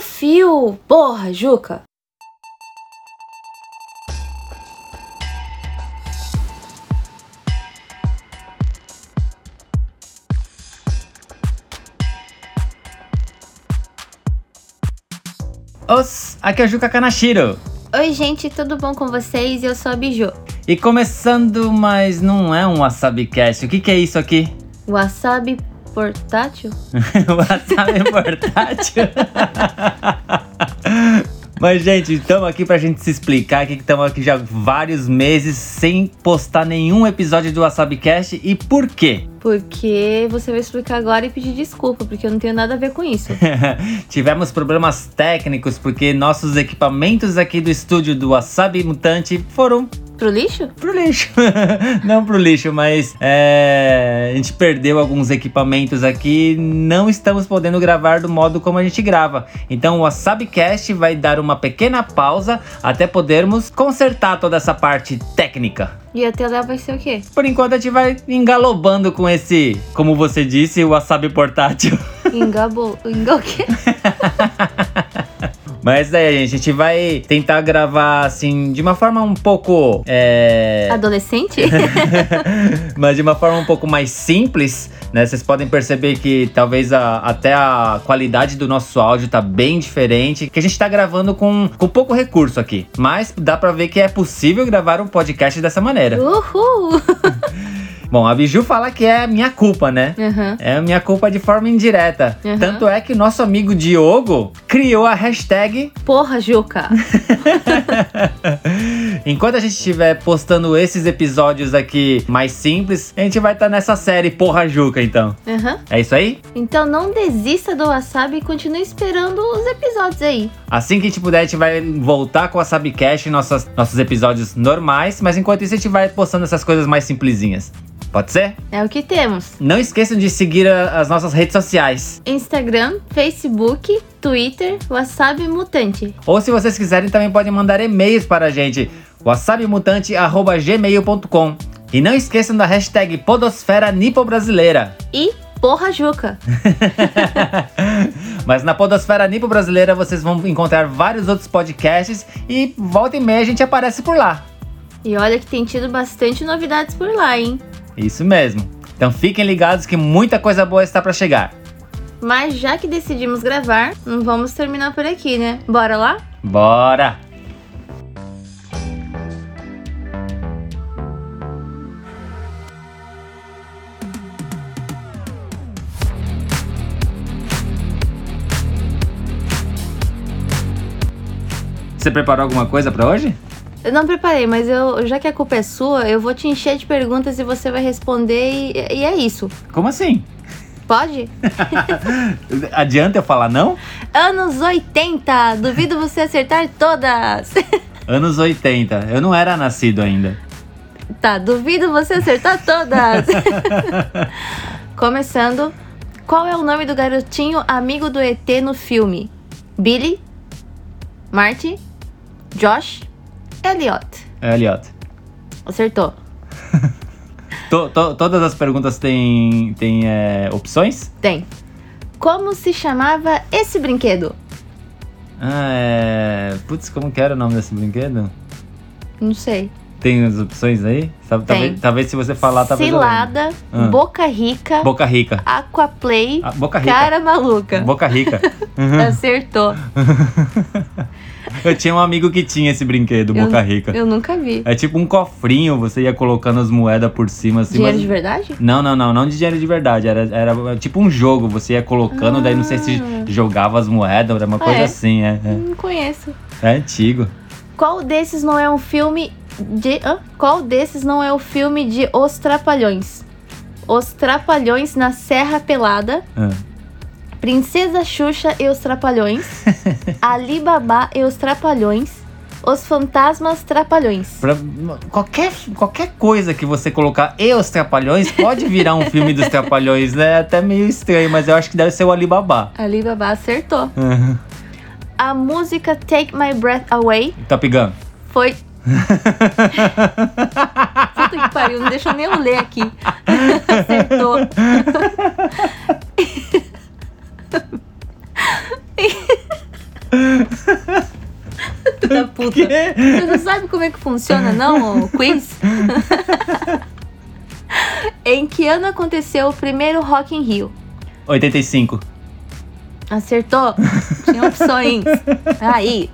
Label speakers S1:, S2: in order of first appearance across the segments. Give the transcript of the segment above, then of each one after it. S1: Tipo, porra, Juca.
S2: Os, aqui é o Juca Kanashiro.
S1: Oi, gente, tudo bom com vocês? Eu sou a Biju.
S2: E começando, mas não é um WasabiCast. O que, que é isso aqui?
S1: Wasabi portátil?
S2: Wasabi é portátil? Mas, gente, estamos aqui pra gente se explicar que estamos aqui já vários meses sem postar nenhum episódio do WasabiCast e por quê?
S1: Porque você vai explicar agora e pedir desculpa, porque eu não tenho nada a ver com isso.
S2: Tivemos problemas técnicos porque nossos equipamentos aqui do estúdio do Wasabi Mutante foram
S1: Pro lixo?
S2: pro lixo. não pro lixo, mas é, a gente perdeu alguns equipamentos aqui, não estamos podendo gravar do modo como a gente grava. Então o WasabiCast vai dar uma pequena pausa até podermos consertar toda essa parte técnica.
S1: E até lá vai ser o quê?
S2: Por enquanto a gente vai engalobando com esse, como você disse, o Wasabi portátil.
S1: Engabou. Enga o quê?
S2: Mas daí, gente, a gente vai tentar gravar assim, de uma forma um pouco. É...
S1: Adolescente?
S2: Mas de uma forma um pouco mais simples, né? Vocês podem perceber que talvez a- até a qualidade do nosso áudio tá bem diferente, que a gente tá gravando com, com pouco recurso aqui. Mas dá pra ver que é possível gravar um podcast dessa maneira.
S1: Uhul!
S2: Bom, a Biju fala que é minha culpa, né?
S1: Aham.
S2: É minha culpa de forma indireta.
S1: Uhum.
S2: Tanto é que o nosso amigo Diogo criou a hashtag
S1: Porra, Juca.
S2: Enquanto a gente estiver postando esses episódios aqui mais simples, a gente vai estar nessa série Porra Juca, então.
S1: Aham.
S2: É isso aí?
S1: Então não desista do Wasabi e continue esperando os episódios aí.
S2: Assim que a gente puder, a gente vai voltar com a Sabcast, nossas, nossos episódios normais, mas enquanto isso a gente vai postando essas coisas mais simplesinhas. Pode ser?
S1: É o que temos.
S2: Não esqueçam de seguir a- as nossas redes sociais.
S1: Instagram, Facebook, Twitter, Wasabi Mutante.
S2: Ou se vocês quiserem, também podem mandar e-mails para a gente, wasabimutante.gmail.com. E não esqueçam da hashtag Podosfera Nipo Brasileira.
S1: E Porra Juca.
S2: Mas na Podosfera Nipo Brasileira vocês vão encontrar vários outros podcasts e volta e meia a gente aparece por lá.
S1: E olha que tem tido bastante novidades por lá, hein?
S2: Isso mesmo. Então fiquem ligados que muita coisa boa está para chegar.
S1: Mas já que decidimos gravar, não vamos terminar por aqui, né? Bora lá?
S2: Bora! Você preparou alguma coisa para hoje?
S1: Eu não preparei, mas eu, já que a culpa é sua, eu vou te encher de perguntas e você vai responder e, e é isso.
S2: Como assim?
S1: Pode?
S2: Adianta eu falar não?
S1: Anos 80! Duvido você acertar todas!
S2: Anos 80. Eu não era nascido ainda.
S1: Tá, duvido você acertar todas. Começando, qual é o nome do garotinho amigo do ET no filme? Billy, Marty, Josh, Elliot.
S2: É, Eliot.
S1: Acertou.
S2: To- to- todas as perguntas têm, têm é, opções?
S1: Tem. Como se chamava esse brinquedo?
S2: Ah, é... Putz, como que era o nome desse brinquedo?
S1: Não sei.
S2: Tem as opções aí? Sabe,
S1: Tem.
S2: Talvez, talvez se você falar, talvez eu lembre.
S1: Cilada,
S2: Ah.
S1: Boca Rica,
S2: Boca Rica.
S1: Aquaplay,
S2: Ah, Boca Rica.
S1: Cara Maluca.
S2: Boca Rica. Uhum.
S1: Acertou.
S2: Eu tinha um amigo que tinha esse brinquedo,
S1: Eu-
S2: Boca Rica.
S1: Eu nunca vi.
S2: É tipo um cofrinho, você ia colocando as moedas por cima assim.
S1: Dinheiro
S2: mas-
S1: de verdade?
S2: Não, não, não, não de dinheiro de verdade. Era, era tipo um jogo, você ia colocando, daí não sei se
S1: Ah.
S2: jogava as moedas, era uma
S1: Ah,
S2: coisa
S1: é?
S2: assim, é, é.
S1: Não conheço.
S2: É antigo.
S1: Qual desses não é um filme de. hã? Qual desses não é o filme de Os Trapalhões? Os Trapalhões na Serra Pelada,
S2: Ah.
S1: Princesa Xuxa e os Trapalhões, Ali Babá e os Trapalhões, Os Fantasmas Trapalhões.
S2: Pra- qualquer, qualquer coisa que você colocar e os Trapalhões pode virar um filme dos Trapalhões, né? É até meio estranho, mas eu acho que deve ser o Alibaba.
S1: Ali Babá acertou.
S2: Uhum.
S1: A música Take My Breath Away
S2: Top Gun.
S1: foi. Puta que pariu, não deixa nem eu ler aqui. Acertou. Filho da puta.
S2: Quê?
S1: Você não sabe como é que funciona, não, o quiz? em que ano aconteceu o primeiro Rock in Rio?
S2: 85.
S1: Acertou? Tinha opções. Aí.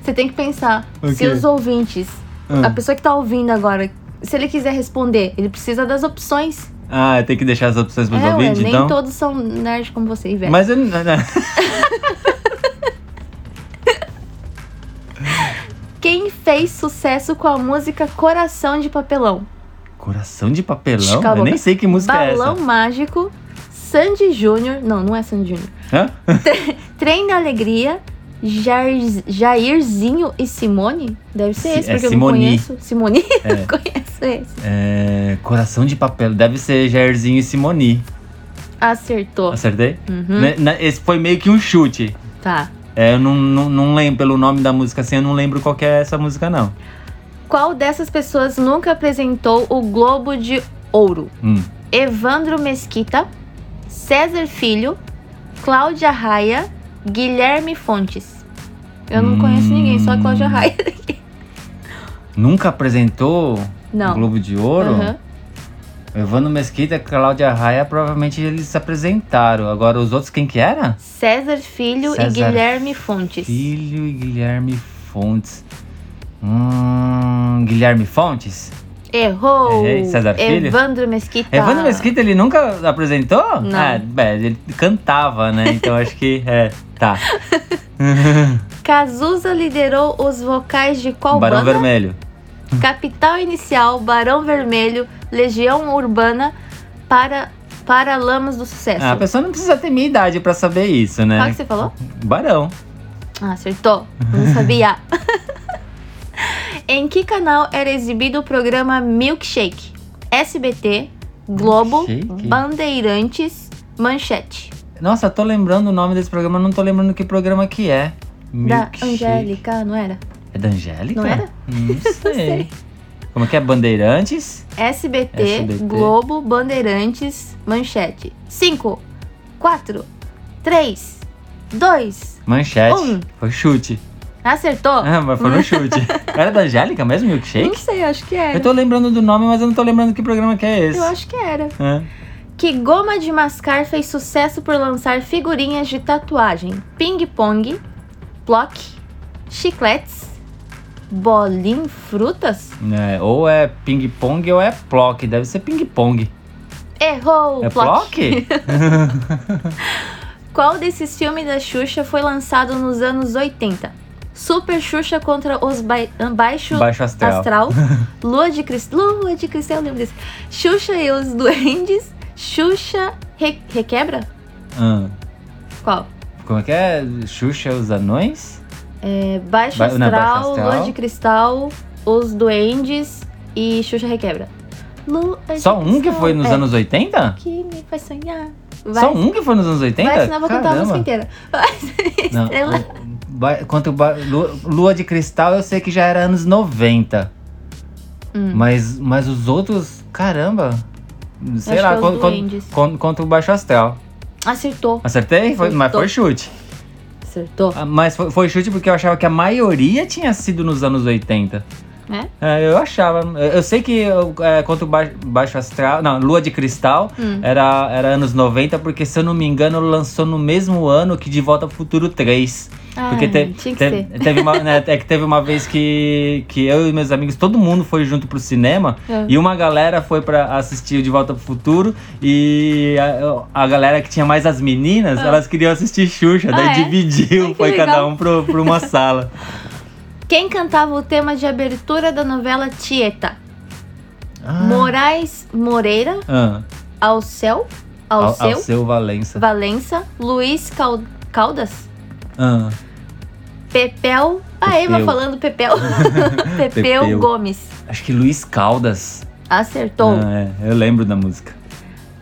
S1: Você tem que pensar
S2: O
S1: se
S2: quê?
S1: os ouvintes, a
S2: Hum.
S1: pessoa que tá ouvindo agora, se ele quiser responder, ele precisa das opções.
S2: Ah, tem que deixar as opções pros
S1: é, ué,
S2: ouvintes,
S1: nem
S2: então.
S1: todos são nerd como você, Ivete.
S2: Mas eu. não-
S1: Quem fez sucesso com a música Coração de Papelão?
S2: Coração de papelão?
S1: Cala a
S2: Eu nem
S1: boca.
S2: sei que música é
S1: Balão Mágico, Sandy Júnior, não, não é Sandy Júnior.
S2: é essa. Hã?
S1: Trem da Alegria, Jair- Jairzinho e Simone? Deve ser
S2: Si-
S1: esse,
S2: é
S1: porque
S2: Simoni.
S1: eu não conheço. Simone?
S2: É.
S1: não conheço esse.
S2: É, coração de papel. Deve ser Jairzinho e Simoni.
S1: Acertou.
S2: Acertei?
S1: Uhum,
S2: Né, né, Esse foi meio que um chute.
S1: Tá.
S2: É, eu não, não, não lembro, pelo nome da música assim, eu não lembro qual que é essa música, não.
S1: Qual dessas pessoas nunca apresentou o Globo de Ouro?
S2: Hum.
S1: Evandro Mesquita, César Filho, Cláudia Raia, Guilherme Fontes. Eu não
S2: Hum.
S1: conheço ninguém, só a Cláudia Raia.
S2: Nunca apresentou o
S1: Não.
S2: Globo de Ouro?
S1: Aham.
S2: Evandro Mesquita e Cláudia Raia, provavelmente eles se apresentaram. Agora, os outros, quem que era?
S1: César Filho
S2: César
S1: e Guilherme Fontes.
S2: Filho e Guilherme Fontes. Hum, Guilherme Fontes?
S1: Errou!
S2: Errei, É, César Filho?
S1: Evandro Mesquita.
S2: Evandro Mesquita, ele nunca apresentou?
S1: Tá. Não.
S2: Ah, bem, ele cantava, né? Então acho que é. Tá.
S1: Cazuza liderou os vocais de qual
S2: Barão
S1: banda?
S2: Vermelho.
S1: Capital Inicial, Barão Vermelho, Legião Urbana, para, para Lamas do Sucesso.
S2: Ah, a pessoa não precisa ter minha idade pra saber isso, né?
S1: Qual que você falou?
S2: Barão.
S1: Ah, acertou. Eu Não sabia. em que canal era exibido o programa Milkshake? SBT, Globo,
S2: Milkshake?
S1: Bandeirantes, Manchete.
S2: Nossa, tô lembrando o nome desse programa, não tô lembrando que programa que é.
S1: Da
S2: Milkshake.
S1: Angélica, não era?
S2: É da Angélica?
S1: Não era?
S2: Não sei.
S1: sei.
S2: Como que é? Bandeirantes?
S1: SBT,
S2: SBT.
S1: Globo, Bandeirantes, Manchete. 5, 4, 3, 2,
S2: Manchete.
S1: Um.
S2: Foi chute.
S1: acertou?
S2: Ah, mas foi no chute. Era da Angélica mesmo,
S1: Não
S2: Milkshake?
S1: sei, acho que era.
S2: Eu tô lembrando do nome, mas eu não tô lembrando que programa que é esse. Ah,
S1: Eu acho que era.
S2: Hã?
S1: Que goma de mascar fez sucesso por lançar figurinhas de tatuagem? Ping-pong, block, chicletes, bolim, frutas?
S2: É, ou é ping-pong ou é plock. Deve ser ping-pong.
S1: Errou!
S2: É
S1: Plock.
S2: plock?
S1: Qual desses filmes da Xuxa foi lançado nos anos 80? Super Xuxa contra os bai... Baixo
S2: Baixo astral.
S1: Astral, Lua de Cristal, Lua de Cristal, eu lembro desse. Xuxa e os Duendes, Xuxa Re- Requebra?
S2: Hã.
S1: Qual?
S2: Ah, Como é que é? Xuxa e os anões?
S1: É Baixo,
S2: Ba-
S1: Astral,
S2: não, Baixo Astral.
S1: Lua de Cristal, Os Duendes e Xuxa Requebra. Lua de
S2: Só um que
S1: Cristal,
S2: foi nos
S1: é,
S2: anos 80?
S1: Que me faz sonhar. Vai,
S2: Só um que foi nos anos 80?
S1: Vai, senão eu vou cantar a música inteira.
S2: Não,
S1: Estrela.
S2: o- ba- quanto ba- lua, Lua de Cristal eu sei que já era anos 90.
S1: Hum.
S2: Mas, mas os outros, caramba. Sei
S1: Acho
S2: lá,
S1: que é os
S2: quanto, quanto,
S1: duendes.
S2: quanto- quanto o Baixo Astral.
S1: Acertou.
S2: Acertei? Foi- mas
S1: Acertou.
S2: foi chute.
S1: Acertou.
S2: Ah, Mas foi, foi chute porque eu achava que a maioria tinha sido nos anos 80.
S1: É?
S2: eu achava. Eu eu sei que eu, é, quanto ba- Baixo Astral. Não, Lua de Cristal
S1: Hum.
S2: era, era anos 90, porque se eu não me engano, lançou no mesmo ano que De Volta ao Futuro 3. Porque
S1: Ai,
S2: te-
S1: tinha que
S2: te-
S1: ser.
S2: teve uma, né, é que teve uma vez que, que eu e meus amigos, todo mundo foi junto pro cinema
S1: É.
S2: e uma galera foi pra assistir o De Volta pro Futuro e a, a galera que tinha mais as meninas, elas queriam assistir Xuxa, daí
S1: Ah, é?
S2: dividiu,
S1: Ai, que
S2: foi cada
S1: legal.
S2: um pro- pra uma sala.
S1: Quem cantava o tema de abertura da novela Tieta?
S2: Ah,
S1: Moraes Moreira,
S2: ah,
S1: Alceu,
S2: Al-
S1: Alceu,
S2: Alceu Valença.
S1: Valença, Luiz Cal- Caldas,
S2: Ah,
S1: Pepeu. A Eva
S2: Pepeu.
S1: falando Pepeu. Pepeu,
S2: Pepeu.
S1: Gomes.
S2: acho que Luiz Caldas.
S1: Acertou.
S2: Ah, é, eu lembro da música.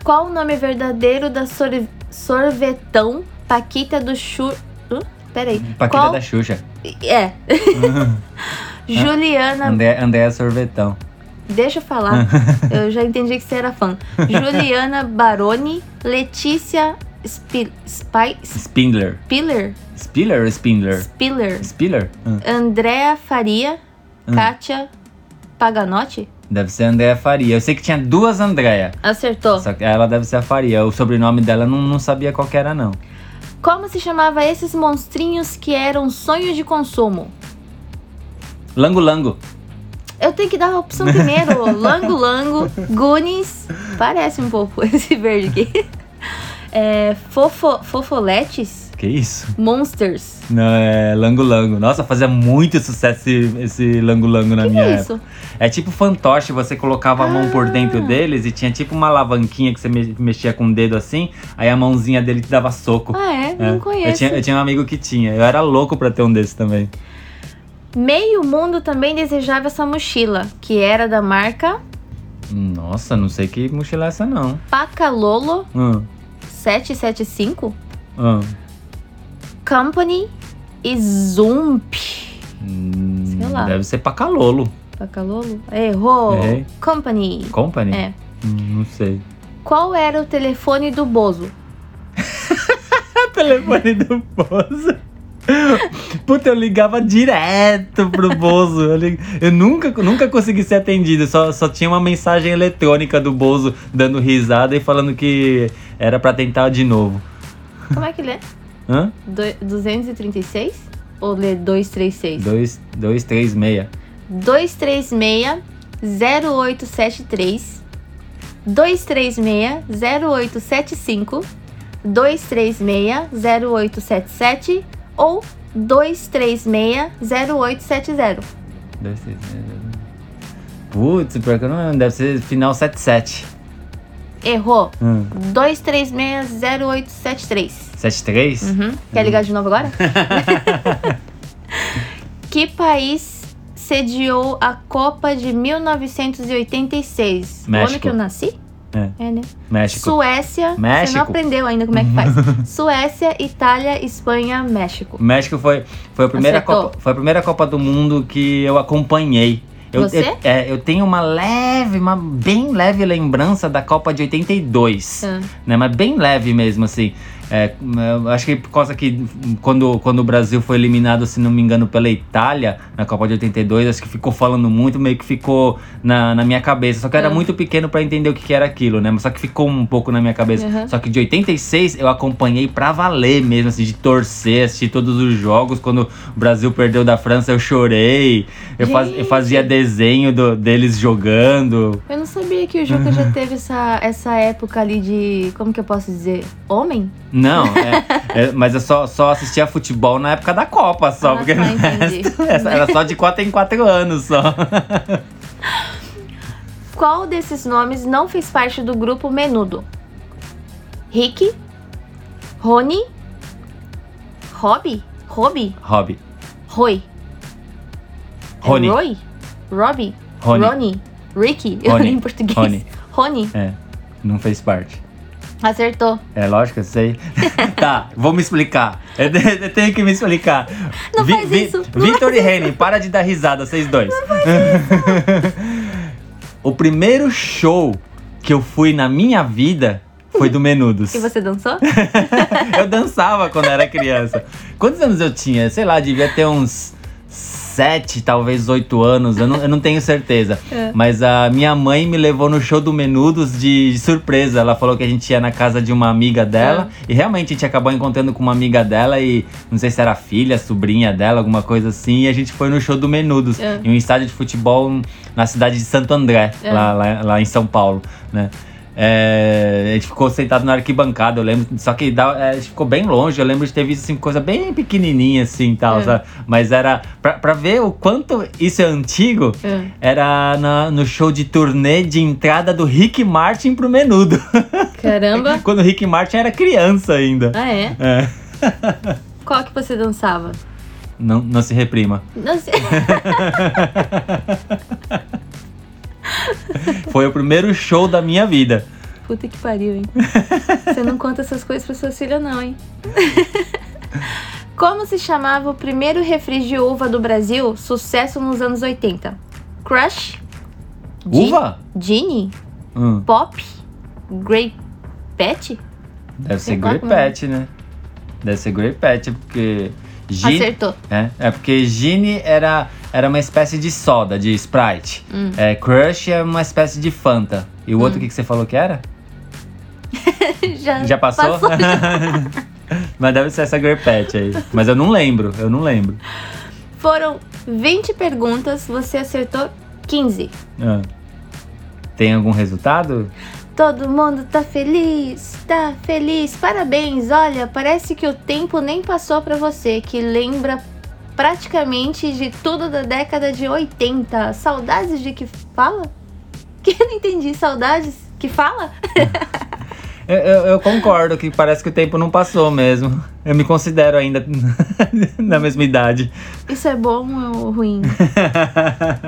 S1: Qual o nome verdadeiro da sor- sorvetão Paquita do Chur. Hã? Peraí.
S2: Paquita
S1: Qual?
S2: da Xuxa.
S1: É. Juliana.
S2: André, Andréa Sorvetão.
S1: Deixa eu falar. eu já entendi que você era fã. Juliana Baroni, Letícia Spi Spy
S2: Spindler.
S1: Spiller?
S2: Spiller ou Spindler?
S1: Spiller.
S2: Spiller? Ah,
S1: Andréa Faria,
S2: Hum.
S1: Kátia Paganotti.
S2: Deve ser Andréa Faria. Eu sei que tinha duas Andréa.
S1: Acertou.
S2: Só que ela deve ser a Faria. O sobrenome dela eu não, não sabia qual que era, não.
S1: Como se chamava esses monstrinhos que eram sonhos de consumo?
S2: Lango Lango.
S1: Eu tenho que dar a opção primeiro. Lango Lango, Goonies. Parece um pouco esse verde aqui. É, fofo, fofoletes,
S2: Que isso?
S1: Monsters.
S2: Não, é Lango Lango. Nossa, fazia muito sucesso esse, esse Lango Lango na
S1: O que
S2: minha
S1: é
S2: época.
S1: isso?
S2: É tipo fantoche, você colocava a mão por
S1: Ah.
S2: dentro deles e tinha tipo uma alavanquinha que você me- mexia com o dedo assim, aí a mãozinha dele te dava soco.
S1: Ah, é?
S2: É.
S1: Não
S2: Eu
S1: conheço.
S2: tinha, eu tinha um amigo que tinha. Eu era louco pra ter um desse também.
S1: Meio mundo também desejava essa mochila, que era da marca
S2: Nossa, não sei que mochila é essa não.
S1: Pacalolo
S2: Hum,
S1: 775
S2: hum.
S1: Company e Zump.
S2: Hum,
S1: Sei lá.
S2: Deve ser Pacalolo
S1: Pacalolo? Errou.
S2: Errei.
S1: Company.
S2: Company?
S1: É.
S2: Hum, não sei.
S1: Qual era o telefone do Bozo?
S2: telefone do Bozo. Puta, eu ligava direto pro Bozo. Eu, lig- eu nunca, nunca consegui ser atendido. Só, só tinha uma mensagem eletrônica do Bozo dando risada e falando que era pra tentar de novo.
S1: Como é que lê?
S2: Hã?
S1: Do- 236? Ou lê 236?
S2: Dois, dois, três, meia.
S1: 236 0873 236 0875 236 0877 ou 236 0870.
S2: Dois, três, meia. dois, meia. Putz, pior que eu não lembro. Deve ser final 77.
S1: Errou.
S2: Hum.
S1: 236 0873.
S2: 73?
S1: Uhum. Quer ligar de novo agora? que país sediou a Copa de 1986? O ano
S2: México.
S1: que eu nasci?
S2: É.
S1: é né?
S2: México.
S1: Suécia. Você
S2: México.
S1: não aprendeu ainda como é que faz. Suécia, Itália, Espanha, México.
S2: O México foi, foi, a primeira
S1: Acertou.
S2: Copa, foi a primeira Copa do Mundo que eu acompanhei. Eu,
S1: Você?
S2: Eu, é, eu tenho uma leve, uma bem leve lembrança da Copa de 82,
S1: Ah,
S2: né? Mas bem leve mesmo, assim. É, eu acho que por causa que quando, quando o Brasil foi eliminado, se não me engano, pela Itália na Copa de 82, acho que ficou falando muito, meio que ficou na, na minha cabeça. Só que eu era
S1: Ah.
S2: muito pequeno pra entender o que, que era aquilo, né? Mas só que ficou um pouco na minha cabeça.
S1: Uhum.
S2: Só que de 86 eu acompanhei pra valer mesmo, assim, de torcer, assistir todos os jogos. Quando o Brasil perdeu da França, eu chorei. Eu, faz- eu
S1: Gente.
S2: fazia desenho do- deles jogando.
S1: Eu não sabia que o Juca já teve essa, essa época ali de. Como que eu posso dizer? Homem?
S2: Não, é- é, mas eu só, só assistia futebol na época da Copa, só.
S1: Ah,
S2: porque
S1: tá,
S2: não-
S1: entendi.
S2: essa era só de 4 em 4 anos só.
S1: Qual desses nomes não fez parte do grupo Menudo? Rick? Rony? Robbie? Robbie?
S2: Hobby.
S1: Roy? É
S2: Rony.
S1: Roy? Robbie?
S2: Rony.
S1: Ronnie? Ricky? Eu
S2: Rony.
S1: li em português.
S2: Rony.
S1: Rony.
S2: É, não fez parte.
S1: Acertou.
S2: É lógico, eu sei. tá, vou me explicar. Eu, te- eu tenho que me explicar.
S1: Não faz isso, não
S2: Vitor e Reni, para de dar risada, vocês dois. o primeiro show que eu fui na minha vida foi do Menudos.
S1: E você dançou?
S2: eu dançava quando era criança. Quantos anos eu tinha? Sei lá, devia ter uns sete, talvez oito anos. Eu não, eu não tenho certeza.
S1: É.
S2: Mas a minha mãe me levou no show do Menudos de, de surpresa. Ela falou que a gente ia na casa de uma amiga dela. E realmente a gente acabou encontrando com uma amiga dela e não sei se era filha, sobrinha dela, alguma coisa assim. E a gente foi no show do Menudos.
S1: É.
S2: Em um estádio de futebol na cidade de Santo André,
S1: É.
S2: lá, lá, lá em São Paulo, né? É, a gente ficou sentado na arquibancada, eu lembro. Só que da- é, a gente ficou bem longe, eu lembro de ter visto assim, coisa bem pequenininha assim e tal,
S1: É.
S2: sabe? Mas era. Pra, pra ver o quanto isso é antigo,
S1: É.
S2: era na- no show de turnê de entrada do Rick Martin pro menudo.
S1: Caramba.
S2: Quando o Rick Martin era criança ainda.
S1: Ah, é?
S2: É.
S1: Qual que você dançava?
S2: Não, não se reprima.
S1: Não sei.
S2: Foi o primeiro show da minha vida.
S1: Puta que pariu, hein? Você não conta essas coisas pra suas filhas, não, hein? Como se chamava o primeiro refri de uva do Brasil, sucesso nos anos 80? Crush? Gin-
S2: Uva?
S1: Genie?
S2: Hum.
S1: Pop? Grape? Pet?
S2: Deve
S1: Sei
S2: ser
S1: lá
S2: Grey
S1: como é.
S2: Patch, né? Deve ser Grey Patch, porque.
S1: Ah,
S2: Gin...
S1: Acertou.
S2: É, é porque Gine era, era uma espécie de soda, de Sprite.
S1: Hum.
S2: É, Crush é uma espécie de Fanta. E o outro, o que, que você falou que era?
S1: Já,
S2: Já passou? Mas deve ser essa Grey Patch aí. Mas eu não lembro, eu não lembro.
S1: Foram 20 perguntas, você acertou 15.
S2: Ah. Tem algum resultado?
S1: Todo mundo tá feliz, tá feliz. Parabéns, olha, parece que o tempo nem passou pra você, que lembra praticamente de tudo da década de 80. Saudades de que fala? Que eu não entendi, saudades que fala?
S2: Eu, eu- eu concordo que parece que o tempo não passou mesmo. Eu me considero ainda na mesma idade.
S1: Isso é bom ou ruim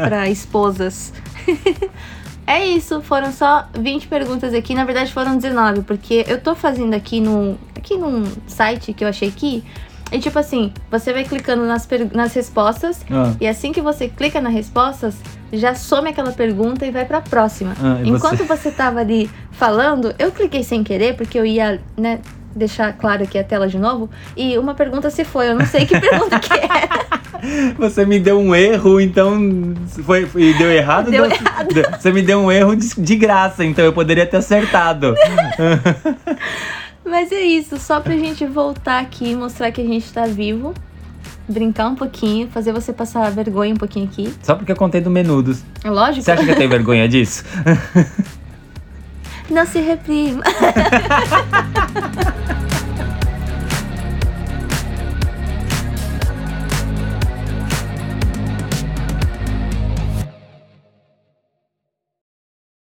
S1: pra esposas? é isso, foram só 20 perguntas aqui, na verdade foram 19, porque eu tô fazendo aqui num, aqui num site que eu achei aqui, e tipo assim, você vai clicando nas, per- nas respostas,
S2: Ah,
S1: e assim que você clica nas respostas, já some aquela pergunta e vai pra próxima.
S2: ah, e você?
S1: Enquanto você tava ali falando, eu cliquei sem querer, porque eu ia, né, deixar claro aqui a tela de novo, e uma pergunta se foi, eu não sei que pergunta que é.
S2: Você me deu um erro, então. Foi, foi- e deu errado?
S1: Deu
S2: errado. Você me deu um erro de, de graça, então eu poderia ter acertado.
S1: Mas é isso, só pra gente voltar aqui e mostrar que a gente tá vivo, brincar um pouquinho, fazer você passar vergonha um pouquinho aqui.
S2: Só porque eu contei do menudos.
S1: É Lógico.
S2: Você acha que eu tenho vergonha disso?
S1: Não se reprima.